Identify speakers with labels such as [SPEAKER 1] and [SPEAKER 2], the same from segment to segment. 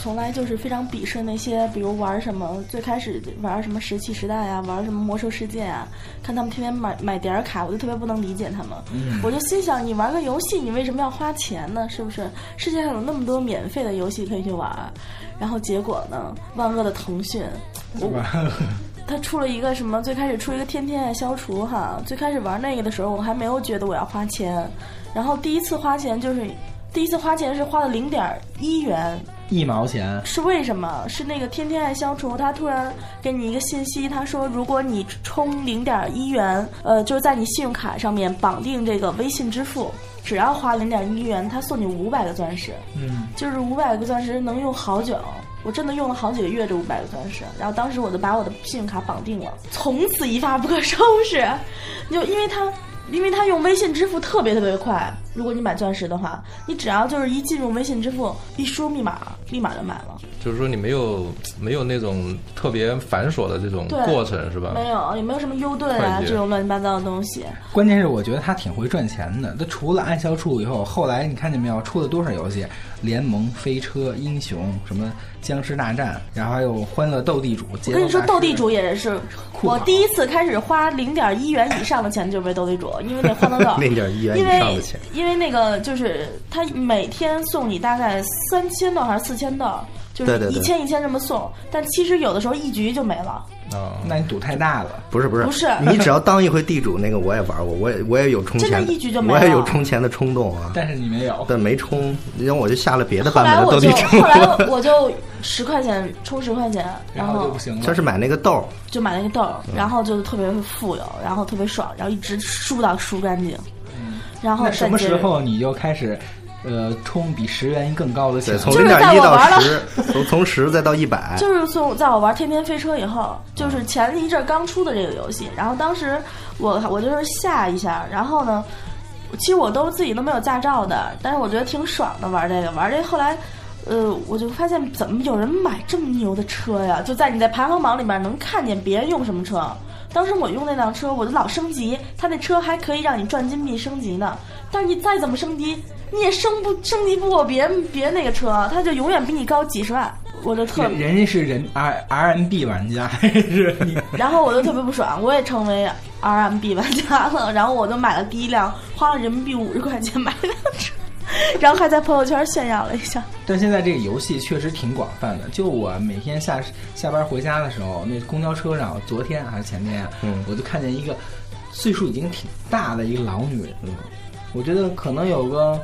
[SPEAKER 1] 从来就是非常鄙视那些，比如玩什么，最开始玩什么石器时代啊，玩什么魔兽世界啊，看他们天天买买点儿卡，我就特别不能理解他们。我就心想，你玩个游戏，你为什么要花钱呢？是不是？世界上有那么多免费的游戏可以去玩，然后结果呢，万恶的腾讯，我他出了一个什么？最开始出一个天天爱消除哈，最开始玩那个的时候，我还没有觉得我要花钱，然后第一次花钱就是，第一次花钱是花了零点一元，
[SPEAKER 2] 一毛钱，
[SPEAKER 1] 是为什么？是那个天天爱消除，他突然给你一个信息，他说如果你充零点一元，呃，就是在你信用卡上面绑定这个微信支付，只要花零点一元，他送你五百个钻石。
[SPEAKER 2] 嗯，
[SPEAKER 1] 就是五百个钻石能用好久，我真的用了好几个月这五百个钻石，然后当时我就把我的信用卡绑定了，从此一发不可收拾。 就因为它，因为它用微信支付特别特别快，如果你买钻石的话，你只要就是一进入微信支付，一输密码，立马就买了。
[SPEAKER 3] 就是说你没有没有那种特别繁琐的这种
[SPEAKER 1] 对
[SPEAKER 3] 过程
[SPEAKER 4] 啊
[SPEAKER 3] 是吧？
[SPEAKER 1] 没有，也没有什么 U 盾啊
[SPEAKER 3] 快捷
[SPEAKER 1] 这种乱七八糟的东西。
[SPEAKER 2] 关键是我觉得他挺会赚钱的。他除了暗销处以后，后来你看见没有，出了多少游戏？联盟、飞车、英雄，什么僵尸大战，然后还有欢乐斗地主。我
[SPEAKER 1] 我跟你说，斗地主也是，
[SPEAKER 2] 酷
[SPEAKER 4] 啊
[SPEAKER 1] 我
[SPEAKER 2] 跑
[SPEAKER 1] 第一次开始花零点一元以上的钱就是为斗地主，因为那欢乐 豆
[SPEAKER 4] 0.1元以上的钱
[SPEAKER 1] 因为，因为那个就是他每天送你大概三千豆还是四千豆，就
[SPEAKER 4] 对
[SPEAKER 1] 是
[SPEAKER 4] 对
[SPEAKER 1] 一
[SPEAKER 4] 对
[SPEAKER 1] 千一千这么送，但其实有的时候一局就没了。
[SPEAKER 3] 啊，
[SPEAKER 2] 那你赌太大了。
[SPEAKER 4] 不是不是
[SPEAKER 1] 不是
[SPEAKER 4] 你只要当一回地主，那个我也玩过，我也我也有充钱
[SPEAKER 1] 真的一局就没了
[SPEAKER 4] 我也有充钱的冲动啊，
[SPEAKER 2] 但是你没有，
[SPEAKER 4] 但没充，因为我就下了别的
[SPEAKER 1] 后来
[SPEAKER 4] 版本的
[SPEAKER 1] 我
[SPEAKER 4] 斗
[SPEAKER 1] 就
[SPEAKER 4] 地主
[SPEAKER 1] 后，来我就十块钱充十块钱，然
[SPEAKER 2] 然后就
[SPEAKER 1] 后
[SPEAKER 2] 不行了。
[SPEAKER 4] 就是嗯买那个豆儿，
[SPEAKER 1] 就买了个豆儿，然后就特别富有，然后特别爽，然后一直输到输干净，
[SPEAKER 4] 嗯
[SPEAKER 1] 然后
[SPEAKER 2] 那什么
[SPEAKER 1] 哦再接
[SPEAKER 2] 时
[SPEAKER 1] 着
[SPEAKER 2] 候你就开始，呃，充比十元更高的
[SPEAKER 4] 对，
[SPEAKER 2] 钱？
[SPEAKER 4] 从
[SPEAKER 1] 就是
[SPEAKER 4] 零
[SPEAKER 1] 在
[SPEAKER 4] 点一
[SPEAKER 1] 我玩
[SPEAKER 4] 到
[SPEAKER 1] 了
[SPEAKER 4] 十，从从十再到一百，
[SPEAKER 1] 就是从在我玩《天天飞车》以后，就是前一阵儿刚出的这个游戏，然后当时我我就是下一下，然后呢，其实我都自己都没有驾照的，但是我觉得挺爽的玩这个，玩这个后来。呃，我就发现怎么有人买这么牛的车呀？就在你在排行榜里面能看见别人用什么车。当时我用那辆车，我就老升级，它那车还可以让你赚金币升级呢。但是你再怎么升级，你也升不升级不过别人别人那个车，它就永远比你高几十万。我就特
[SPEAKER 2] 人人家是人 R R N B 玩家，还是你
[SPEAKER 1] 然后我就特别不爽，我也成为 RMB 玩家了。然后我就买了第一辆，花了人民币五十块钱买了辆车，然后还在朋友圈炫耀了一下。
[SPEAKER 2] 但现在这个游戏确实挺广泛的。就我每天下下班回家的时候，那公交车上，昨天还是前天啊，
[SPEAKER 4] 嗯
[SPEAKER 2] 我就看见一个岁数已经挺大的一个老女人，我觉得可能有个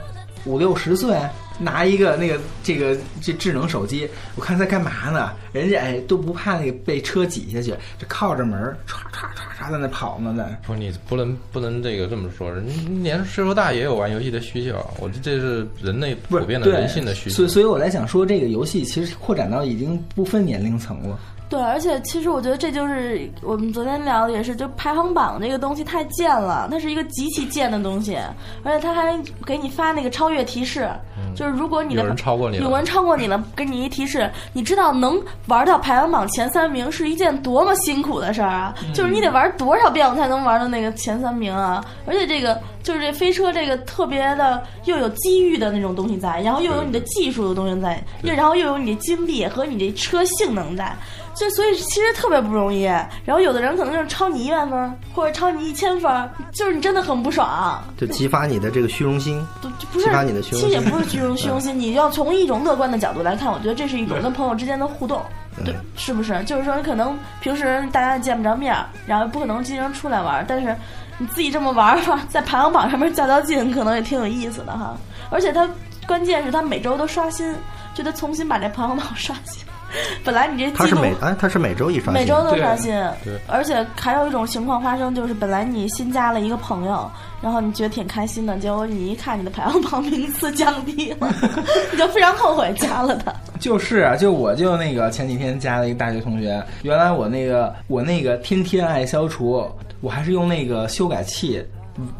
[SPEAKER 2] 五六十岁，拿一个那个这个这智能手机，我看她干嘛呢？人家哎都不怕那个被车挤下去，这靠着门儿唰唰唰唰在那跑呢，在。
[SPEAKER 3] 不，你不能不能这个这么说，人年岁数大也有玩游戏的需求，我觉得这是人类
[SPEAKER 2] 不
[SPEAKER 3] 普
[SPEAKER 2] 是
[SPEAKER 3] 遍的
[SPEAKER 2] 对
[SPEAKER 3] 人性的需
[SPEAKER 2] 所
[SPEAKER 3] 求
[SPEAKER 2] 以。所以我在想说，这个游戏其实扩展到已经不分年龄层了。
[SPEAKER 1] 对，而且其实我觉得这就是我们昨天聊的也是，就排行榜这个东西太贱了，它是一个极其贱的东西，而且它还给你发那个超越提示，就是如果你的
[SPEAKER 3] 嗯有人超过你了
[SPEAKER 1] 有人超过你了，给你一提示，你知道能玩到排行榜前三名是一件多么辛苦的事儿啊！就是你得玩多少遍我才能玩到那个前三名啊！而且这个就是这飞车这个特别的又有机遇的那种东西在，然后又有你的技术的东西在，又然后又有你的金币和你的车性能在。就所以其实特别不容易，然后有的人可能就是超你一万分儿，或者超你一千分儿，就是你真的很不爽。
[SPEAKER 4] 就激发你的这个虚荣心。
[SPEAKER 1] 不不是
[SPEAKER 4] 激发你的虚
[SPEAKER 1] 其
[SPEAKER 4] 荣
[SPEAKER 1] 实
[SPEAKER 4] 心嗯
[SPEAKER 1] 也不是虚荣 虚荣心，你要从一种乐观的角度来看，我觉得这是一种跟朋友之间的互动，对，
[SPEAKER 4] 嗯
[SPEAKER 1] 是不是？就是说，可能平时大家见不着面儿，然后不可能经常出来玩儿，但是你自己这么玩儿吧，在排行榜上面较较劲，可能也挺有意思的哈。而且它关键是它每周都刷新，就得重新把这排行榜刷新。 本来你这
[SPEAKER 4] 它
[SPEAKER 1] 季
[SPEAKER 4] 是
[SPEAKER 1] 度
[SPEAKER 4] 每哎，它是每周一刷新，
[SPEAKER 1] 每周都刷新
[SPEAKER 3] 对对，
[SPEAKER 1] 而且还有一种情况发生，就是本来你新加了一个朋友，然后你觉得挺开心的，结果你一看你的排行榜名次降低了， 你就非常后悔加了他。
[SPEAKER 2] 就是啊，就我就那个前几天加了一个大学同学，原来我那个我那个天天爱消除，我还是用那个修改器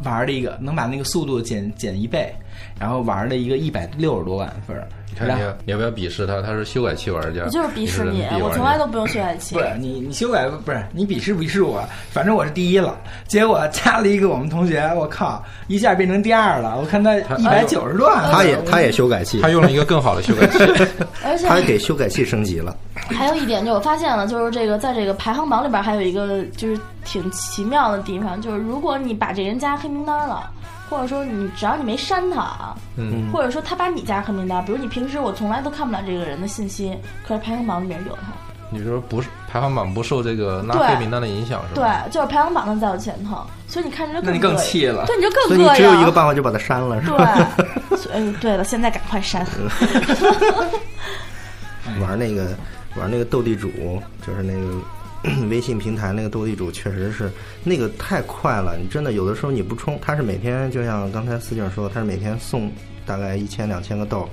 [SPEAKER 2] 玩的一个，能把那个速度减减一倍，然后玩了一个一百六十多万分儿，
[SPEAKER 3] 你看
[SPEAKER 2] 然
[SPEAKER 3] 你
[SPEAKER 4] 啊
[SPEAKER 2] 后
[SPEAKER 3] 要你要不要鄙视他？他是修改器玩家，
[SPEAKER 1] 我就是鄙视你
[SPEAKER 3] 你是人民币，
[SPEAKER 1] 我
[SPEAKER 3] 玩
[SPEAKER 1] 从来
[SPEAKER 3] 家
[SPEAKER 1] 都不用修改器
[SPEAKER 2] 不。是你，你修改不是你鄙视不鄙视我，反正我是第一了。结果加了一个我们同学，我靠，一下变成第二了。我看他
[SPEAKER 3] 他
[SPEAKER 4] 哎
[SPEAKER 2] 一百九十多万，
[SPEAKER 4] 他也他也修改器
[SPEAKER 3] 他，用了一个更好的修改器，
[SPEAKER 1] 而且
[SPEAKER 4] 他给修改器升级了。
[SPEAKER 1] 还有一点，就我发现了，就是这个在这个排行榜里边还有一个就是挺奇妙的地方，就是如果你把这人加黑名单了，或者说你只要你没删他啊，
[SPEAKER 3] 嗯，
[SPEAKER 1] 或者说他把你加黑名单，比如你平时我从来都看不了这个人的信息，可是排行榜里面有他，
[SPEAKER 3] 你说不是排行榜不受这个拉
[SPEAKER 1] 对
[SPEAKER 3] 黑名单的影响是吧？
[SPEAKER 1] 对，就是排行榜上在我前头，所以你看着就
[SPEAKER 2] 那你
[SPEAKER 1] 更
[SPEAKER 2] 更
[SPEAKER 1] 膈应，
[SPEAKER 2] 气了。
[SPEAKER 1] 对，你就
[SPEAKER 4] 所
[SPEAKER 1] 更
[SPEAKER 4] 以你
[SPEAKER 1] 膈应。
[SPEAKER 4] 只有一个办法，就把它删了，是吧？
[SPEAKER 1] 对，所以对了，现在赶快删。
[SPEAKER 4] 玩那个玩那个斗地主，就是那个 微信平台那个斗地主，确实是那个太快了。你真的有的时候你不充，它是每天就像刚才思静说，它是每天送大概一千两千个豆，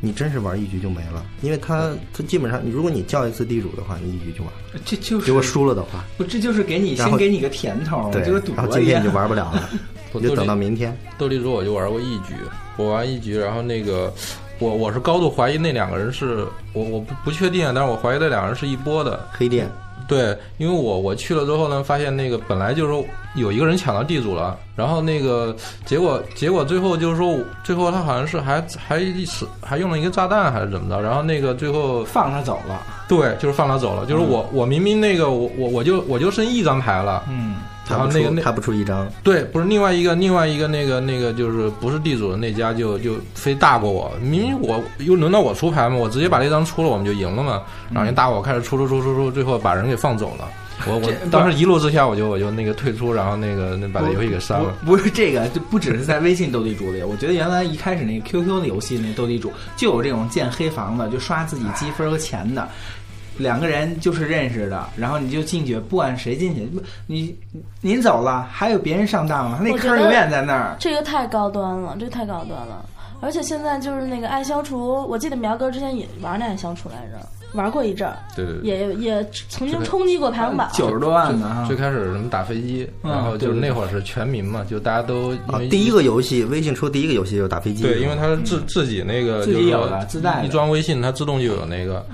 [SPEAKER 4] 你真是玩一局就没了，因为它它基本上，如果你叫一次地主的话，你一局就完了。
[SPEAKER 2] 这就是
[SPEAKER 4] 结果输了的话，
[SPEAKER 2] 不，这就是给你
[SPEAKER 4] 然
[SPEAKER 2] 先
[SPEAKER 4] 后
[SPEAKER 2] 给你个甜头，
[SPEAKER 4] 对
[SPEAKER 2] 这个，赌
[SPEAKER 4] 然后
[SPEAKER 2] 博
[SPEAKER 4] 今
[SPEAKER 2] 一
[SPEAKER 4] 哦天你就
[SPEAKER 2] 样。
[SPEAKER 4] 玩不了 了，
[SPEAKER 3] 不
[SPEAKER 4] 你就
[SPEAKER 3] 斗
[SPEAKER 4] 等
[SPEAKER 3] 地
[SPEAKER 4] 到明天。
[SPEAKER 3] 斗地主，我就玩过一局，我玩一局，然后那个我我是高度怀疑那两个人是我我不不确定，啊但是我怀疑那两个人是一波的，
[SPEAKER 4] 黑店
[SPEAKER 3] 对，因为我我去了之后呢，发现那个本来就是说有一个人抢到地主了，然后那个结果结果最后就是说，最后他好像是还还一次还用了一个炸弹还是怎么着，然后那个最后
[SPEAKER 2] 放他走了，
[SPEAKER 3] 对就是放他走了，就是我、我明明那个我我我就我就剩一张牌了，
[SPEAKER 2] 嗯，
[SPEAKER 4] 他
[SPEAKER 3] 然后
[SPEAKER 4] 不
[SPEAKER 3] 那个
[SPEAKER 4] 出
[SPEAKER 3] 那
[SPEAKER 4] 他不出一张，
[SPEAKER 3] 对，不是另外一个，另外一个那个那个就是不是地主的那家就就非大过我，明明我又轮到我出牌嘛，我直接把这张出了，我们就赢了嘛。然后就大我开始出出出出出，最后把人给放走了。我我
[SPEAKER 2] 这不
[SPEAKER 3] 当时一怒之下，我就我就那个退出，然后那个那把这
[SPEAKER 2] 不
[SPEAKER 3] 游戏给删了。
[SPEAKER 2] 不不是这个，就不只是在微信斗地主里，我觉得原来一开始那个 QQ 的游戏那斗地主就有这种建黑房的，就刷自己积分和钱的。两个人就是认识的，然后你就进去，不管谁进去，不你您走了，还有别人上当了，那
[SPEAKER 1] 我觉
[SPEAKER 2] 坑儿
[SPEAKER 1] 得
[SPEAKER 2] 永远在那儿。
[SPEAKER 1] 这个太高端了，这个太高端了。而且现在就是那个爱消除，我记得苗哥之前也玩那爱消除来着，玩过一阵儿，
[SPEAKER 3] 对对对。
[SPEAKER 1] 也也曾经冲击过排行榜。
[SPEAKER 2] 九十多万呢啊
[SPEAKER 3] 最！开始什么打飞机，
[SPEAKER 2] 嗯
[SPEAKER 3] 然后就
[SPEAKER 2] 对
[SPEAKER 3] 是
[SPEAKER 2] 对对哦
[SPEAKER 3] 那会儿是全民嘛，就大家都因
[SPEAKER 4] 啊
[SPEAKER 3] 为，
[SPEAKER 4] 第一个游戏，微信出第一个游戏就是打飞机。
[SPEAKER 3] 对，因为它是自自己那个
[SPEAKER 2] 嗯自己
[SPEAKER 3] 就是
[SPEAKER 2] 有
[SPEAKER 3] 说
[SPEAKER 2] 的自带的
[SPEAKER 3] 一装微信它自动就有那个，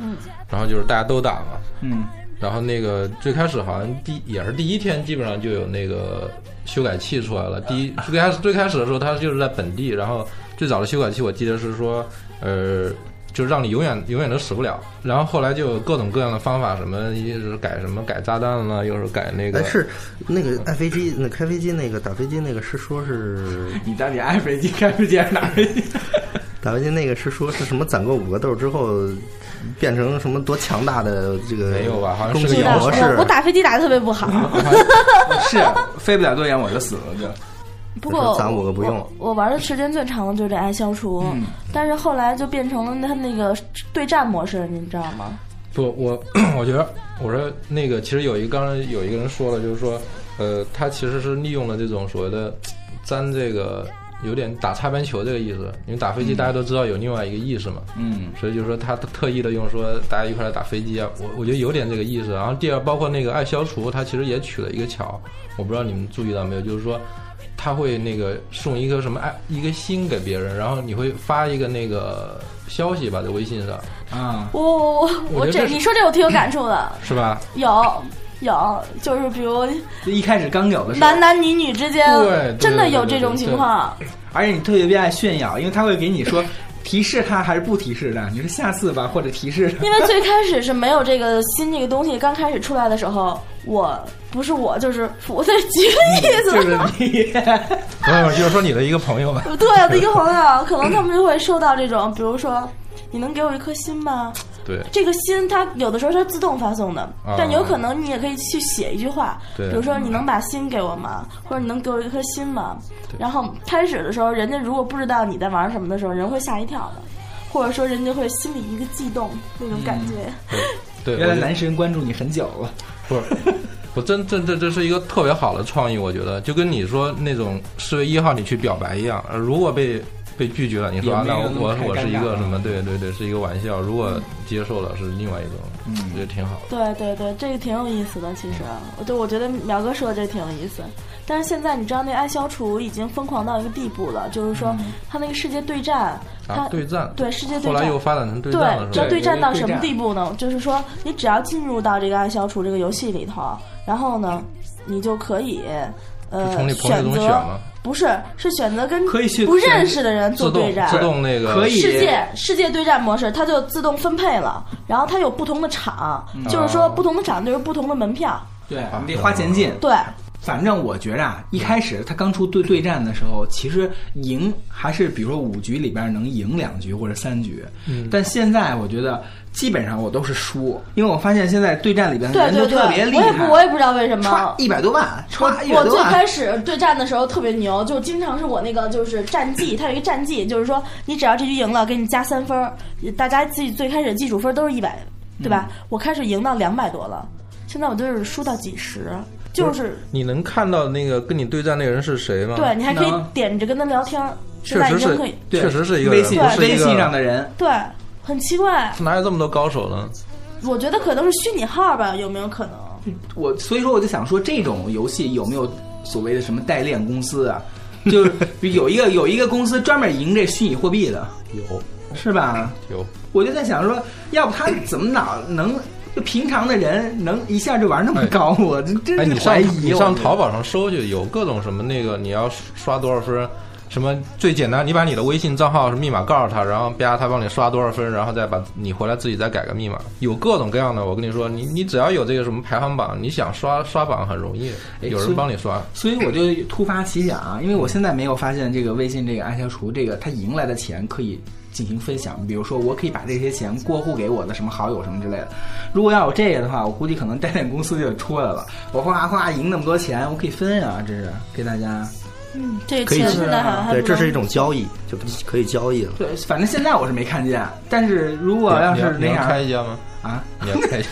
[SPEAKER 3] 然后就是大家都打嘛，
[SPEAKER 2] 嗯，
[SPEAKER 3] 然后那个最开始好像第也是第一天，基本上就有那个修改器出来了。第一最开始最开始的时候，它就是在本地，然后最早的修改器我记得是说，呃，就让你永远永远都死不了。然后后来就有各种各样的方法，什么一是改什么改炸弹了，又是改那个
[SPEAKER 4] 哎，是那个爱飞机，那开飞机那个打飞机那个是说是
[SPEAKER 2] 你到底爱飞机开飞机还是打飞机？
[SPEAKER 4] 打飞机那个是说是什么攒够五个豆之后变成什么多强大的这个
[SPEAKER 3] 没有吧好像是
[SPEAKER 4] 攻
[SPEAKER 3] 个
[SPEAKER 4] 击
[SPEAKER 3] 游戏
[SPEAKER 4] 模式
[SPEAKER 1] 我我。打飞机打的特别不好，
[SPEAKER 2] 是飞不了多远我就死了就。
[SPEAKER 1] 不
[SPEAKER 4] 就
[SPEAKER 1] 过
[SPEAKER 4] 是咱五个不用
[SPEAKER 1] 我我玩的时间最长的就是这爱消除，
[SPEAKER 2] 嗯
[SPEAKER 1] 但是后来就变成了他那个对战模式，你知道吗？
[SPEAKER 3] 不，我 我觉得，我说那个，其实有一刚才有一个人说了，就是说，呃，他其实是利用了这种所谓的沾这个有点打擦边球这个意思，因为打飞机大家都知道有另外一个意思嘛，
[SPEAKER 2] 嗯，
[SPEAKER 3] 所以就是说他特意的用说大家一块来打飞机啊，我我觉得有点这个意思。然后第二，包括那个爱消除，他其实也取了一个巧，我不知道你们注意到没有，就是说他会那个送一个什么爱一个心给别人，然后你会发一个那个消息吧，在微信上
[SPEAKER 2] 啊，
[SPEAKER 1] 我我我
[SPEAKER 3] 我觉得
[SPEAKER 1] 这
[SPEAKER 3] 这是
[SPEAKER 1] 你说这我挺有感触的，
[SPEAKER 3] 是吧？
[SPEAKER 1] 有有就是比如
[SPEAKER 2] 就一开始刚有的时候
[SPEAKER 1] 男，男女女之间
[SPEAKER 3] 对对对
[SPEAKER 1] 真的有
[SPEAKER 3] 对对
[SPEAKER 1] 这种
[SPEAKER 3] 对
[SPEAKER 1] 情况，
[SPEAKER 2] 而且你特别爱炫耀，因为他会给 你说提示他还是不提示他，你说下次吧，或者提示 他。
[SPEAKER 1] 因为最开始是没有这个新这个东西，刚开始出来的时候，我不是我就是我在举个例子，
[SPEAKER 2] 就是 你，
[SPEAKER 3] 没有，就是说你的一个朋友吧。
[SPEAKER 1] 对我的一个朋友，可能他们就会收到这种，比如说。你能给我一颗心吗？
[SPEAKER 3] 对，
[SPEAKER 1] 这个心它有的时候它自动发送的，
[SPEAKER 3] 啊
[SPEAKER 1] 但有可能你也可以去写一句话，
[SPEAKER 3] 对嗯
[SPEAKER 1] 比如说你能把心给我吗？或者你能给我一颗心吗？
[SPEAKER 3] 对
[SPEAKER 1] 然后开始的时候，人家如果不知道你在玩什么的时候，人会吓一跳的，或者说人家会心里一个悸动那种感觉。
[SPEAKER 3] 嗯对，
[SPEAKER 2] 原来
[SPEAKER 3] 我觉得
[SPEAKER 2] 男神关注你很久了，
[SPEAKER 3] 不是， 不真这这这是一个特别好的创意，我觉得就跟你说那种四月一号你去表白一样，呃如果被被拒绝了，你说
[SPEAKER 2] 也
[SPEAKER 3] 啊
[SPEAKER 2] 没
[SPEAKER 3] 那
[SPEAKER 2] 有
[SPEAKER 3] 我
[SPEAKER 2] 那么太
[SPEAKER 3] 我我是一
[SPEAKER 2] 尴尬
[SPEAKER 3] 个
[SPEAKER 2] 了
[SPEAKER 3] 什么？对对对，是一个玩笑。如果接受了是另外一种，
[SPEAKER 2] 嗯
[SPEAKER 3] 我觉得挺好
[SPEAKER 1] 对
[SPEAKER 3] 的。
[SPEAKER 1] 对对，这个挺有意思的，其实，我就我觉得苗哥说的这挺有意思。但是现在你知道那爱消除已经疯狂到一个地步了，就是说它那个世界对战，它
[SPEAKER 3] 嗯啊，对战，
[SPEAKER 1] 对世界对
[SPEAKER 3] 后来
[SPEAKER 1] 战
[SPEAKER 3] 又发展成对战了，
[SPEAKER 1] 对，
[SPEAKER 3] 是吧
[SPEAKER 1] 这？对战到
[SPEAKER 2] 对
[SPEAKER 1] 什么
[SPEAKER 2] 战
[SPEAKER 1] 地步呢？就是说，你只要进入到这个爱消除这个游戏里头，然后呢，你就可以
[SPEAKER 3] 就从
[SPEAKER 1] 呃
[SPEAKER 3] 你朋友
[SPEAKER 1] 选
[SPEAKER 3] 中选
[SPEAKER 1] 择，
[SPEAKER 3] 嘛，
[SPEAKER 1] 不是是选择跟
[SPEAKER 2] 可以去
[SPEAKER 1] 不
[SPEAKER 2] 选
[SPEAKER 1] 认识的人做
[SPEAKER 3] 自
[SPEAKER 1] 对
[SPEAKER 3] 动
[SPEAKER 1] 战，
[SPEAKER 3] 自动那个
[SPEAKER 2] 可以
[SPEAKER 1] 世界世界对战模式，它就自动分配了，然后它有不同的场，
[SPEAKER 3] 嗯
[SPEAKER 1] 就是说
[SPEAKER 3] 哦
[SPEAKER 1] 不同的场就是不同的门票，
[SPEAKER 2] 对，你得花钱进。
[SPEAKER 1] 对，
[SPEAKER 2] 反正我觉着啊，一开始他刚出对对战的时候，
[SPEAKER 1] 嗯
[SPEAKER 2] 其实赢还是比如说五局里边能赢两局或者三局，嗯、但现在我觉得基本上我都是输，因为我发现现在对战里边
[SPEAKER 1] 对
[SPEAKER 2] 人
[SPEAKER 1] 对
[SPEAKER 2] 都
[SPEAKER 1] 对，
[SPEAKER 2] 特别厉
[SPEAKER 1] 我也
[SPEAKER 2] 害，
[SPEAKER 1] 不我也不知道为什
[SPEAKER 2] 歘
[SPEAKER 1] 么。
[SPEAKER 2] 一百多万，
[SPEAKER 1] 我
[SPEAKER 2] 歘一百
[SPEAKER 1] 我
[SPEAKER 2] 多
[SPEAKER 1] 最
[SPEAKER 2] 万，
[SPEAKER 1] 开始对战的时候特别牛，就经常是我那个就是战绩，它有一个战绩，就是说你只要这局赢了，给你加三分儿。大家自己最开始基础分都是一百，对吧？我开始赢到两百多了，现在我就是输到几十，就是
[SPEAKER 3] 你能看到那个跟你对战那个人是谁吗？
[SPEAKER 1] 对，你还可以
[SPEAKER 2] 能
[SPEAKER 1] 点着跟他聊天儿，现
[SPEAKER 3] 确
[SPEAKER 1] 在
[SPEAKER 3] 实
[SPEAKER 1] 已经
[SPEAKER 3] 是
[SPEAKER 1] 可以，
[SPEAKER 2] 对
[SPEAKER 3] 确实是一个
[SPEAKER 2] 微
[SPEAKER 3] 人，
[SPEAKER 2] 信
[SPEAKER 3] 不是一
[SPEAKER 2] 微
[SPEAKER 3] 个
[SPEAKER 2] 信上的人，
[SPEAKER 1] 对，很奇怪。
[SPEAKER 3] 哪有这么多高手呢？
[SPEAKER 1] 我觉得可能是虚拟号吧，有没有可能？
[SPEAKER 2] 我所以说我就想说，这种游戏有没有所谓的什么代练公司啊？就是有一个有一个公司专门赢这虚拟货币的，
[SPEAKER 3] 有
[SPEAKER 2] 是吧？
[SPEAKER 3] 有，
[SPEAKER 2] 我就在想说，要不他怎么脑能就平常的人能一下就玩那么高？我真真
[SPEAKER 3] 哎，你
[SPEAKER 2] 是
[SPEAKER 3] 上
[SPEAKER 2] 怀疑。
[SPEAKER 3] 你上淘
[SPEAKER 2] 宝，
[SPEAKER 3] 宝上搜去，有各种什么那个你要刷多少分。什么最简单？你把你的微信账号是密码告诉他，然后啪，他帮你刷多少分，然后再把你回来自己再改个密码。有各种各样的，我跟你说，你你只要有这个什么排行榜，你想刷刷榜很容易，
[SPEAKER 2] 哎
[SPEAKER 3] 有
[SPEAKER 2] 所以
[SPEAKER 3] 人帮你刷。
[SPEAKER 2] 所以我就突发奇想啊，因为我现在没有发现这个微信这个爱消除这个他赢来的钱可以进行分享，比如说我可以把这些钱过户给我的什么好友什么之类的。如果要有这个的话，我估计可能代练公司就得出来了。我哗哗赢那么多钱，我可以分啊，这是给大家。
[SPEAKER 1] 嗯，这
[SPEAKER 4] 可以
[SPEAKER 1] 钱
[SPEAKER 4] 是啊
[SPEAKER 1] 现在好像还
[SPEAKER 4] 对，
[SPEAKER 1] 不
[SPEAKER 4] 这是一
[SPEAKER 1] 能
[SPEAKER 4] 种交易，就可以交易了。
[SPEAKER 2] 对，反正现在我是没看见，但是如果要
[SPEAKER 3] 你要
[SPEAKER 2] 是那
[SPEAKER 3] 你要
[SPEAKER 2] 样
[SPEAKER 3] 开一家吗？
[SPEAKER 2] 啊，
[SPEAKER 3] 你要开一家？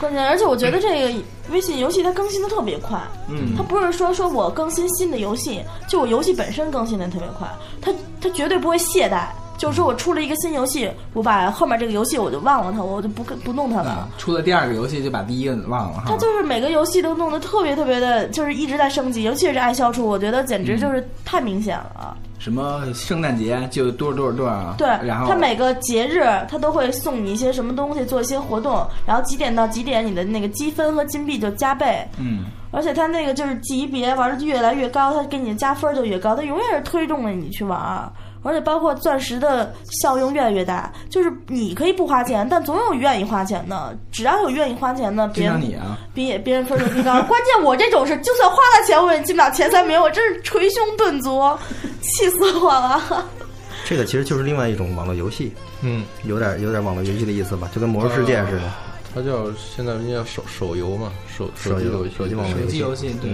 [SPEAKER 1] 关键，而且我觉得这个微信游戏它更新的特别快，
[SPEAKER 2] 嗯
[SPEAKER 1] 它，不是说说我更新新的游戏，就我游戏本身更新的特别快，它它绝对不会懈怠。就是说我出了一个新游戏，我把后面这个游戏我就忘了它，我就不跟不弄它了
[SPEAKER 2] 啊。，出了第二个游戏就把第一个忘了哈。
[SPEAKER 1] 它就是每个游戏都弄得特别特别的，就是一直在升级，尤其是爱消除，我觉得简直
[SPEAKER 2] 嗯
[SPEAKER 1] 就是太明显了。
[SPEAKER 2] 什么圣诞节就多少多少多少，
[SPEAKER 1] 对，
[SPEAKER 2] 然后
[SPEAKER 1] 它每个节日它都会送你一些什么东西，做一些活动，然后几点到几点你的那个积分和金币就加倍，
[SPEAKER 2] 嗯，
[SPEAKER 1] 而且它那个就是级别玩的越来越高，它给你加分就越高，它永远是推动着你去玩儿。而且包括钻石的效用越来越大，就是你可以不花钱，但总有愿意花钱的。只要有愿意花钱的，
[SPEAKER 2] 就
[SPEAKER 1] 别
[SPEAKER 2] 像
[SPEAKER 1] 人
[SPEAKER 2] 你啊，
[SPEAKER 1] 别别人分数低高，关键我这种是就算花了钱我也进不了前三名，我真是捶胸顿足，气死我了。
[SPEAKER 4] 这个其实就是另外一种网络游戏，
[SPEAKER 3] 嗯，
[SPEAKER 4] 有点有点网络游戏的意思吧，就跟《魔兽世界》似
[SPEAKER 1] 呃
[SPEAKER 4] 的。
[SPEAKER 3] 它叫现在人家叫手手游嘛，手
[SPEAKER 4] 手
[SPEAKER 3] 机
[SPEAKER 4] 游
[SPEAKER 3] 游戏，
[SPEAKER 4] 手机网络
[SPEAKER 3] 对
[SPEAKER 2] 手机游戏对，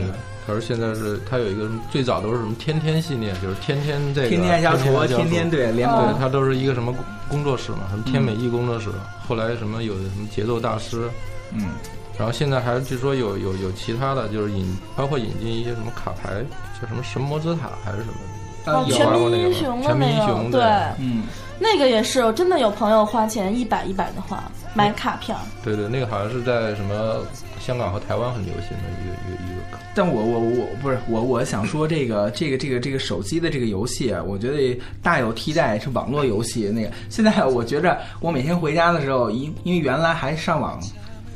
[SPEAKER 3] 可是现在是它有一个什么最早都是什么天天系列，就是天天这个
[SPEAKER 2] 天天爱消除，天
[SPEAKER 3] 天
[SPEAKER 2] 天对联
[SPEAKER 1] 哦
[SPEAKER 2] 盟
[SPEAKER 3] 对，它都是一个什么工工作室嘛，什么天美艺工作室，后来什么有什么节奏大师，
[SPEAKER 2] 嗯，
[SPEAKER 3] 然后现在还据说有有有其他的，就是引包括引进一些什么卡牌，叫什么神魔之塔还是什么的，
[SPEAKER 2] 啊
[SPEAKER 1] 哦，
[SPEAKER 2] 有
[SPEAKER 1] 全
[SPEAKER 2] 啊
[SPEAKER 3] 啊我
[SPEAKER 1] 民
[SPEAKER 3] 那个
[SPEAKER 1] 英雄的
[SPEAKER 3] 全民
[SPEAKER 1] 那
[SPEAKER 3] 英
[SPEAKER 1] 个，
[SPEAKER 3] 雄
[SPEAKER 1] 对，
[SPEAKER 3] 对
[SPEAKER 2] 嗯，
[SPEAKER 1] 那个也是，我真的有朋友花钱一百一百的花买卡片儿，
[SPEAKER 3] 对对，那个好像是在什么香港和台湾很流行的一个一个一个卡。
[SPEAKER 2] 但我我我不是我我想说这个这个这个这个手机的这个游戏啊，我觉得大有替代是网络游戏那个。现在我觉着我每天回家的时候，因因为原来还上网。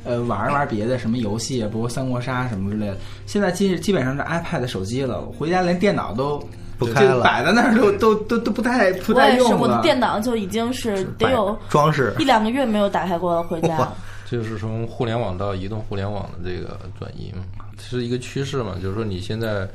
[SPEAKER 2] 呃，玩一玩别的什么游戏，包括三国杀什么之类的。现在基基本上是 iPad 手机了，我回家连电脑都
[SPEAKER 4] 不
[SPEAKER 2] 就
[SPEAKER 4] 开了
[SPEAKER 2] 摆在那儿都都都都不太不
[SPEAKER 1] 我
[SPEAKER 2] 太
[SPEAKER 1] 也
[SPEAKER 2] 用
[SPEAKER 1] 是，
[SPEAKER 2] 了。
[SPEAKER 1] 我的电脑就已经是得有
[SPEAKER 4] 摆装饰
[SPEAKER 1] 一两个月没有打开过了，回家
[SPEAKER 4] 哇。
[SPEAKER 3] 就是从互联网到移动互联网的这个转移嘛，是一个趋势嘛。就是说你现在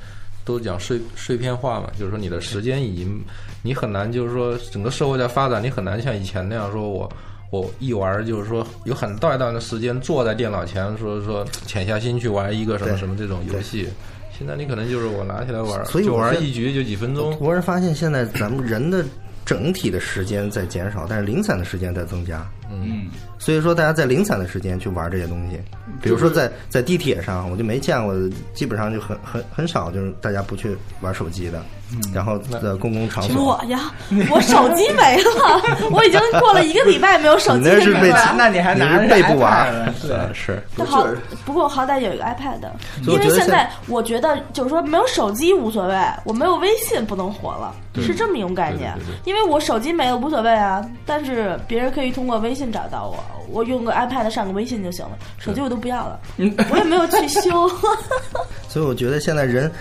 [SPEAKER 3] 都讲碎碎片化嘛，就是说你的时间已经，你很难就是说整个社会在发展，你很难像以前那样说我。我一玩儿就是说有很大一段的时间坐在电脑前，说说潜下心去玩一个什么
[SPEAKER 4] 对
[SPEAKER 3] 什么这种游戏。现在你可能就是我拿起来玩儿，
[SPEAKER 4] 所以
[SPEAKER 3] 就
[SPEAKER 4] 我
[SPEAKER 3] 玩儿
[SPEAKER 4] 现
[SPEAKER 3] 一局就几分钟，
[SPEAKER 4] 我是发现现在咱们人的整体的时间在减少，但是零散的时间在增加。
[SPEAKER 2] 嗯，
[SPEAKER 4] 所以说，大家在零散的时间去玩这些东西，比如说在在地铁上，我就没见过，基本上就很很很少，就是大家不去玩手机的。
[SPEAKER 2] 嗯
[SPEAKER 4] 然后在公共场所，
[SPEAKER 1] 我呀，我手机没了，我已经过了一个礼拜没有手
[SPEAKER 4] 你
[SPEAKER 1] 机
[SPEAKER 4] 那是被
[SPEAKER 1] 没了。
[SPEAKER 2] 那你还
[SPEAKER 4] 你
[SPEAKER 2] 拿着
[SPEAKER 4] 是背不玩
[SPEAKER 2] iPad 呢，对
[SPEAKER 4] 呃是
[SPEAKER 1] 但好，不过好歹有一个 iPad，因
[SPEAKER 4] 所以我
[SPEAKER 1] 为
[SPEAKER 4] 觉得
[SPEAKER 1] 现
[SPEAKER 4] 现
[SPEAKER 1] 在我觉得就是说没有手机无所谓，我没有微信不能活了，是这么一种概念
[SPEAKER 3] 对对对。
[SPEAKER 1] 因为我手机没了无所谓啊，但是别人可以通过微信找到我，我用个 iPad 上个微信就行了，手机我都不要了，
[SPEAKER 4] 嗯
[SPEAKER 1] 我也没有去修。
[SPEAKER 4] 所以我觉得现在人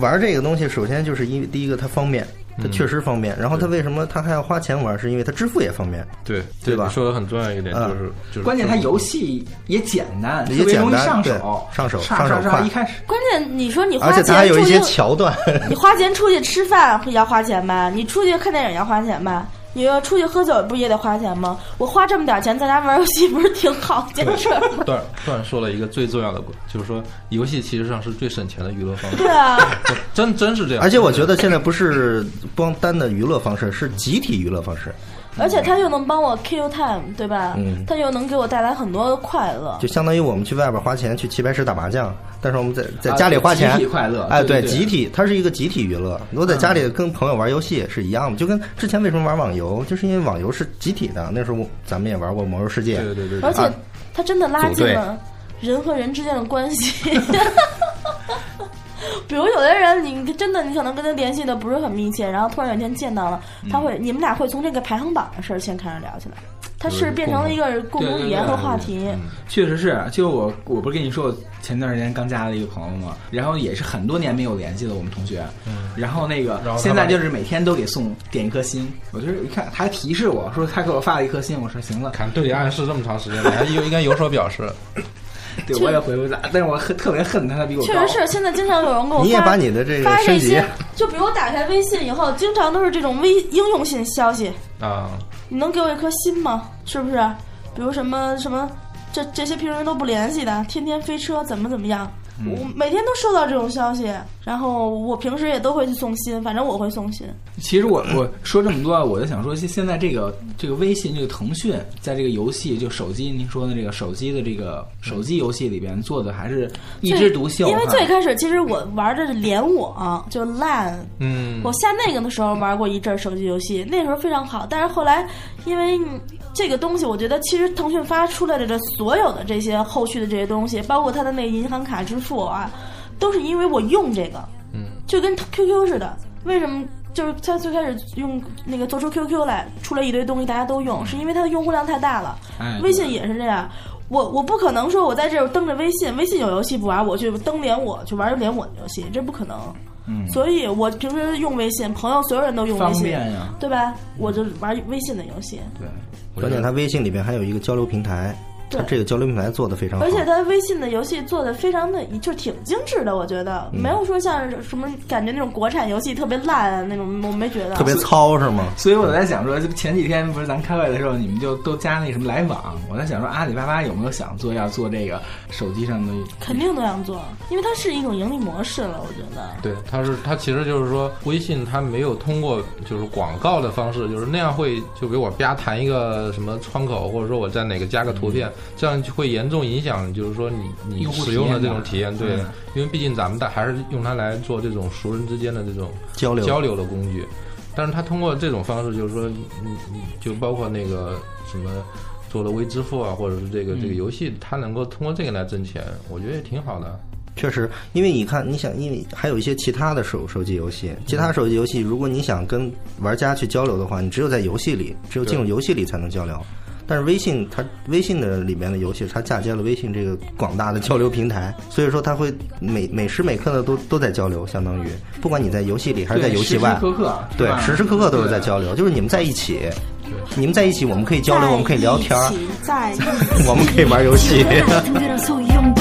[SPEAKER 4] 玩这个东西，首先就是一第一个它方便，它
[SPEAKER 2] 嗯
[SPEAKER 4] 确实方便。然后它为什么它还要花钱玩？是因为它支付也方便。
[SPEAKER 3] 对
[SPEAKER 4] 对吧
[SPEAKER 3] 你说的很重要一点
[SPEAKER 4] 嗯
[SPEAKER 3] 就是就是
[SPEAKER 2] 关键它游戏也简单，
[SPEAKER 4] 也
[SPEAKER 2] 特别容易
[SPEAKER 4] 简单
[SPEAKER 2] 上
[SPEAKER 4] 对
[SPEAKER 2] 手，
[SPEAKER 4] 上手
[SPEAKER 2] 上
[SPEAKER 4] 上手
[SPEAKER 2] 上
[SPEAKER 4] 快
[SPEAKER 2] 一开始
[SPEAKER 1] 关键你说你花
[SPEAKER 4] 而且
[SPEAKER 1] 钱
[SPEAKER 4] 它还有一
[SPEAKER 1] 出
[SPEAKER 4] 些
[SPEAKER 1] 去
[SPEAKER 4] 桥段，
[SPEAKER 1] 你花钱出去吃饭也要花钱吧？你出去看电影也要花钱吧？你要出去喝酒不也得花钱吗？我花这么点钱在家玩游戏不是挺好一件事儿吗？
[SPEAKER 3] 段段说了一个最重要的，就是说游戏其实上是最省钱的娱乐方式
[SPEAKER 1] 对，啊，
[SPEAKER 3] 真真是这样。
[SPEAKER 4] 而且我觉得现在不是光单的娱乐方式，是集体娱乐方式，
[SPEAKER 1] 而且它又能帮我 kill time，对吧？
[SPEAKER 4] 嗯
[SPEAKER 1] 它又能给我带来很多的快乐。
[SPEAKER 4] 就相当于我们去外边花钱去棋牌室打麻将，但是我们在在家里花钱，
[SPEAKER 2] 啊集体快乐
[SPEAKER 4] 哎，
[SPEAKER 2] 对对对嗯
[SPEAKER 4] 集体，它是一个集体娱乐。我在家里跟朋友玩游戏是一样的，就跟之前为什么玩网游，就是因为网游是集体的。那时候我咱们也玩过《魔兽世界》，
[SPEAKER 3] 对对对
[SPEAKER 1] 而
[SPEAKER 3] 对，
[SPEAKER 1] 且
[SPEAKER 4] 啊
[SPEAKER 1] 它真的拉近
[SPEAKER 4] 组队
[SPEAKER 1] 了人和人之间的关 系。比如有的人，你真的你可能跟他联系的不是很密切，然后突然有一天见到了，
[SPEAKER 4] 嗯
[SPEAKER 1] 他会、你们俩会从这个排行榜的事儿先开始聊起来，它是变成了一个共同语言和话题。
[SPEAKER 4] 嗯
[SPEAKER 2] 确实是，就我我不是跟你说，我前段时间刚加了一个朋友嘛，然后也是很多年没有联系了，我们同学。
[SPEAKER 4] 嗯
[SPEAKER 2] 然后那个
[SPEAKER 3] 然后他
[SPEAKER 2] 现在就是每天都给送点一颗心，我就是一看他还提示我说他给我发了一颗心，我说行了，
[SPEAKER 3] 看对你暗示这么长时间了，还有应该有所表示。
[SPEAKER 2] 对
[SPEAKER 1] 确
[SPEAKER 2] 我也回不来，但是我很特别恨他，他比我高。
[SPEAKER 1] 确实是，现在经常有人给我
[SPEAKER 4] 你也
[SPEAKER 1] 发
[SPEAKER 4] 把你的这个
[SPEAKER 1] 发这
[SPEAKER 4] 升级
[SPEAKER 1] 些，就比如我打开微信以后，经常都是这种微应用性消息，
[SPEAKER 3] 啊，
[SPEAKER 1] 你能给我一颗心吗？是不是？比如什么什么，这这些平时都不联系的，天天飞车怎么怎么样，
[SPEAKER 2] 嗯
[SPEAKER 1] 我每天都收到这种消息，然后我平时也都会去送心，反正我会送心。
[SPEAKER 2] 其实我我说这么多，啊，我就想说，现现在这个这个微信这个腾讯在这个游戏就手机您说的这个手机的这个手机游戏里边做的还是一枝独秀哈，
[SPEAKER 1] 因为最开始其实我玩的是联网，就 LAN，
[SPEAKER 3] 嗯
[SPEAKER 1] 我，下那个的时候玩过一阵儿手机游戏，那时候非常好。但是后来，因为嗯这个东西，我觉得其实腾讯发出来的这所有的这些后续的这些东西，包括它的那个银行卡支付啊，都是因为我用这个，
[SPEAKER 3] 嗯，
[SPEAKER 1] 就跟 QQ 似的。为什么？就是它最开始用那个做出 QQ 来，出来一堆东西，大家都用，是因为它的用户量太大了。
[SPEAKER 2] 哎
[SPEAKER 1] 微信也是这样。我我不可能说我在这儿登着微信，微信有游戏不玩，我去登连我去玩连我的游戏，这不可能。
[SPEAKER 2] 嗯
[SPEAKER 1] 所以我平时用微信，朋友所有人都用微
[SPEAKER 2] 方
[SPEAKER 1] 信，
[SPEAKER 2] 便呀，
[SPEAKER 1] 对吧？我就玩微信的游戏，
[SPEAKER 2] 对。
[SPEAKER 3] 我觉
[SPEAKER 4] 关
[SPEAKER 3] 得
[SPEAKER 4] 键它微信里面还有一个交流平台，它
[SPEAKER 1] 对
[SPEAKER 4] 这个交流平台做的非常好
[SPEAKER 1] 而。且它微信的游戏做的非常的，就挺精致的，我觉得
[SPEAKER 4] 嗯
[SPEAKER 1] 没有说像什么感觉那种国产游戏特别烂啊那种，我没觉得。
[SPEAKER 4] 特别糙是吗？
[SPEAKER 2] 所以我在想说，就前几天不是咱开会的时候，你们就都加那什么来往，我在想说阿里巴巴有没有想做要做这个手机上的？
[SPEAKER 1] 肯定都想做，因为它是一种盈利模式了，我觉得。
[SPEAKER 3] 对，它是它其实就是说，微信它没有通过就是广告的方式，就是那样会就给我啪弹一个什么窗口，或者说我在哪个加个图片，这样就会严重影响，就是说你你
[SPEAKER 2] 用户
[SPEAKER 3] 使
[SPEAKER 2] 体
[SPEAKER 3] 用的
[SPEAKER 2] 验
[SPEAKER 3] 这
[SPEAKER 2] 吧
[SPEAKER 3] 种体验。对
[SPEAKER 2] 嗯，
[SPEAKER 3] 因为毕竟咱们的还是用它来做这种熟人之间的这种
[SPEAKER 4] 交流
[SPEAKER 3] 交流的工具，但是它通过这种方式，就是说你你就包括那个什么。做了微支付啊，或者是这个这
[SPEAKER 4] 嗯
[SPEAKER 3] 个游戏，它能够通过这个来挣钱，我觉得也挺好的。
[SPEAKER 4] 确实，因为你看，你想，因为还有一些其他的手手机游戏，其他手机游戏，如果你想跟玩家去交流的话，你只有在游戏里，只有进入游戏里才能交流。但是微信它微信的里面的游戏，它嫁接了微信这个广大的交流平台，所以说它会每每时每刻的都都在交流，相当于不管你在游戏里还是在
[SPEAKER 2] 对
[SPEAKER 4] 游戏外
[SPEAKER 2] 时时，刻刻是
[SPEAKER 4] 对
[SPEAKER 2] 吧，
[SPEAKER 4] 时时刻刻都是在交流，就是你们在一起，你们在一起，我们可以交流，我们可以聊天儿，
[SPEAKER 1] 在一起，在一起。
[SPEAKER 4] 我们可以玩游戏。
[SPEAKER 5] 등들어서 용기 그그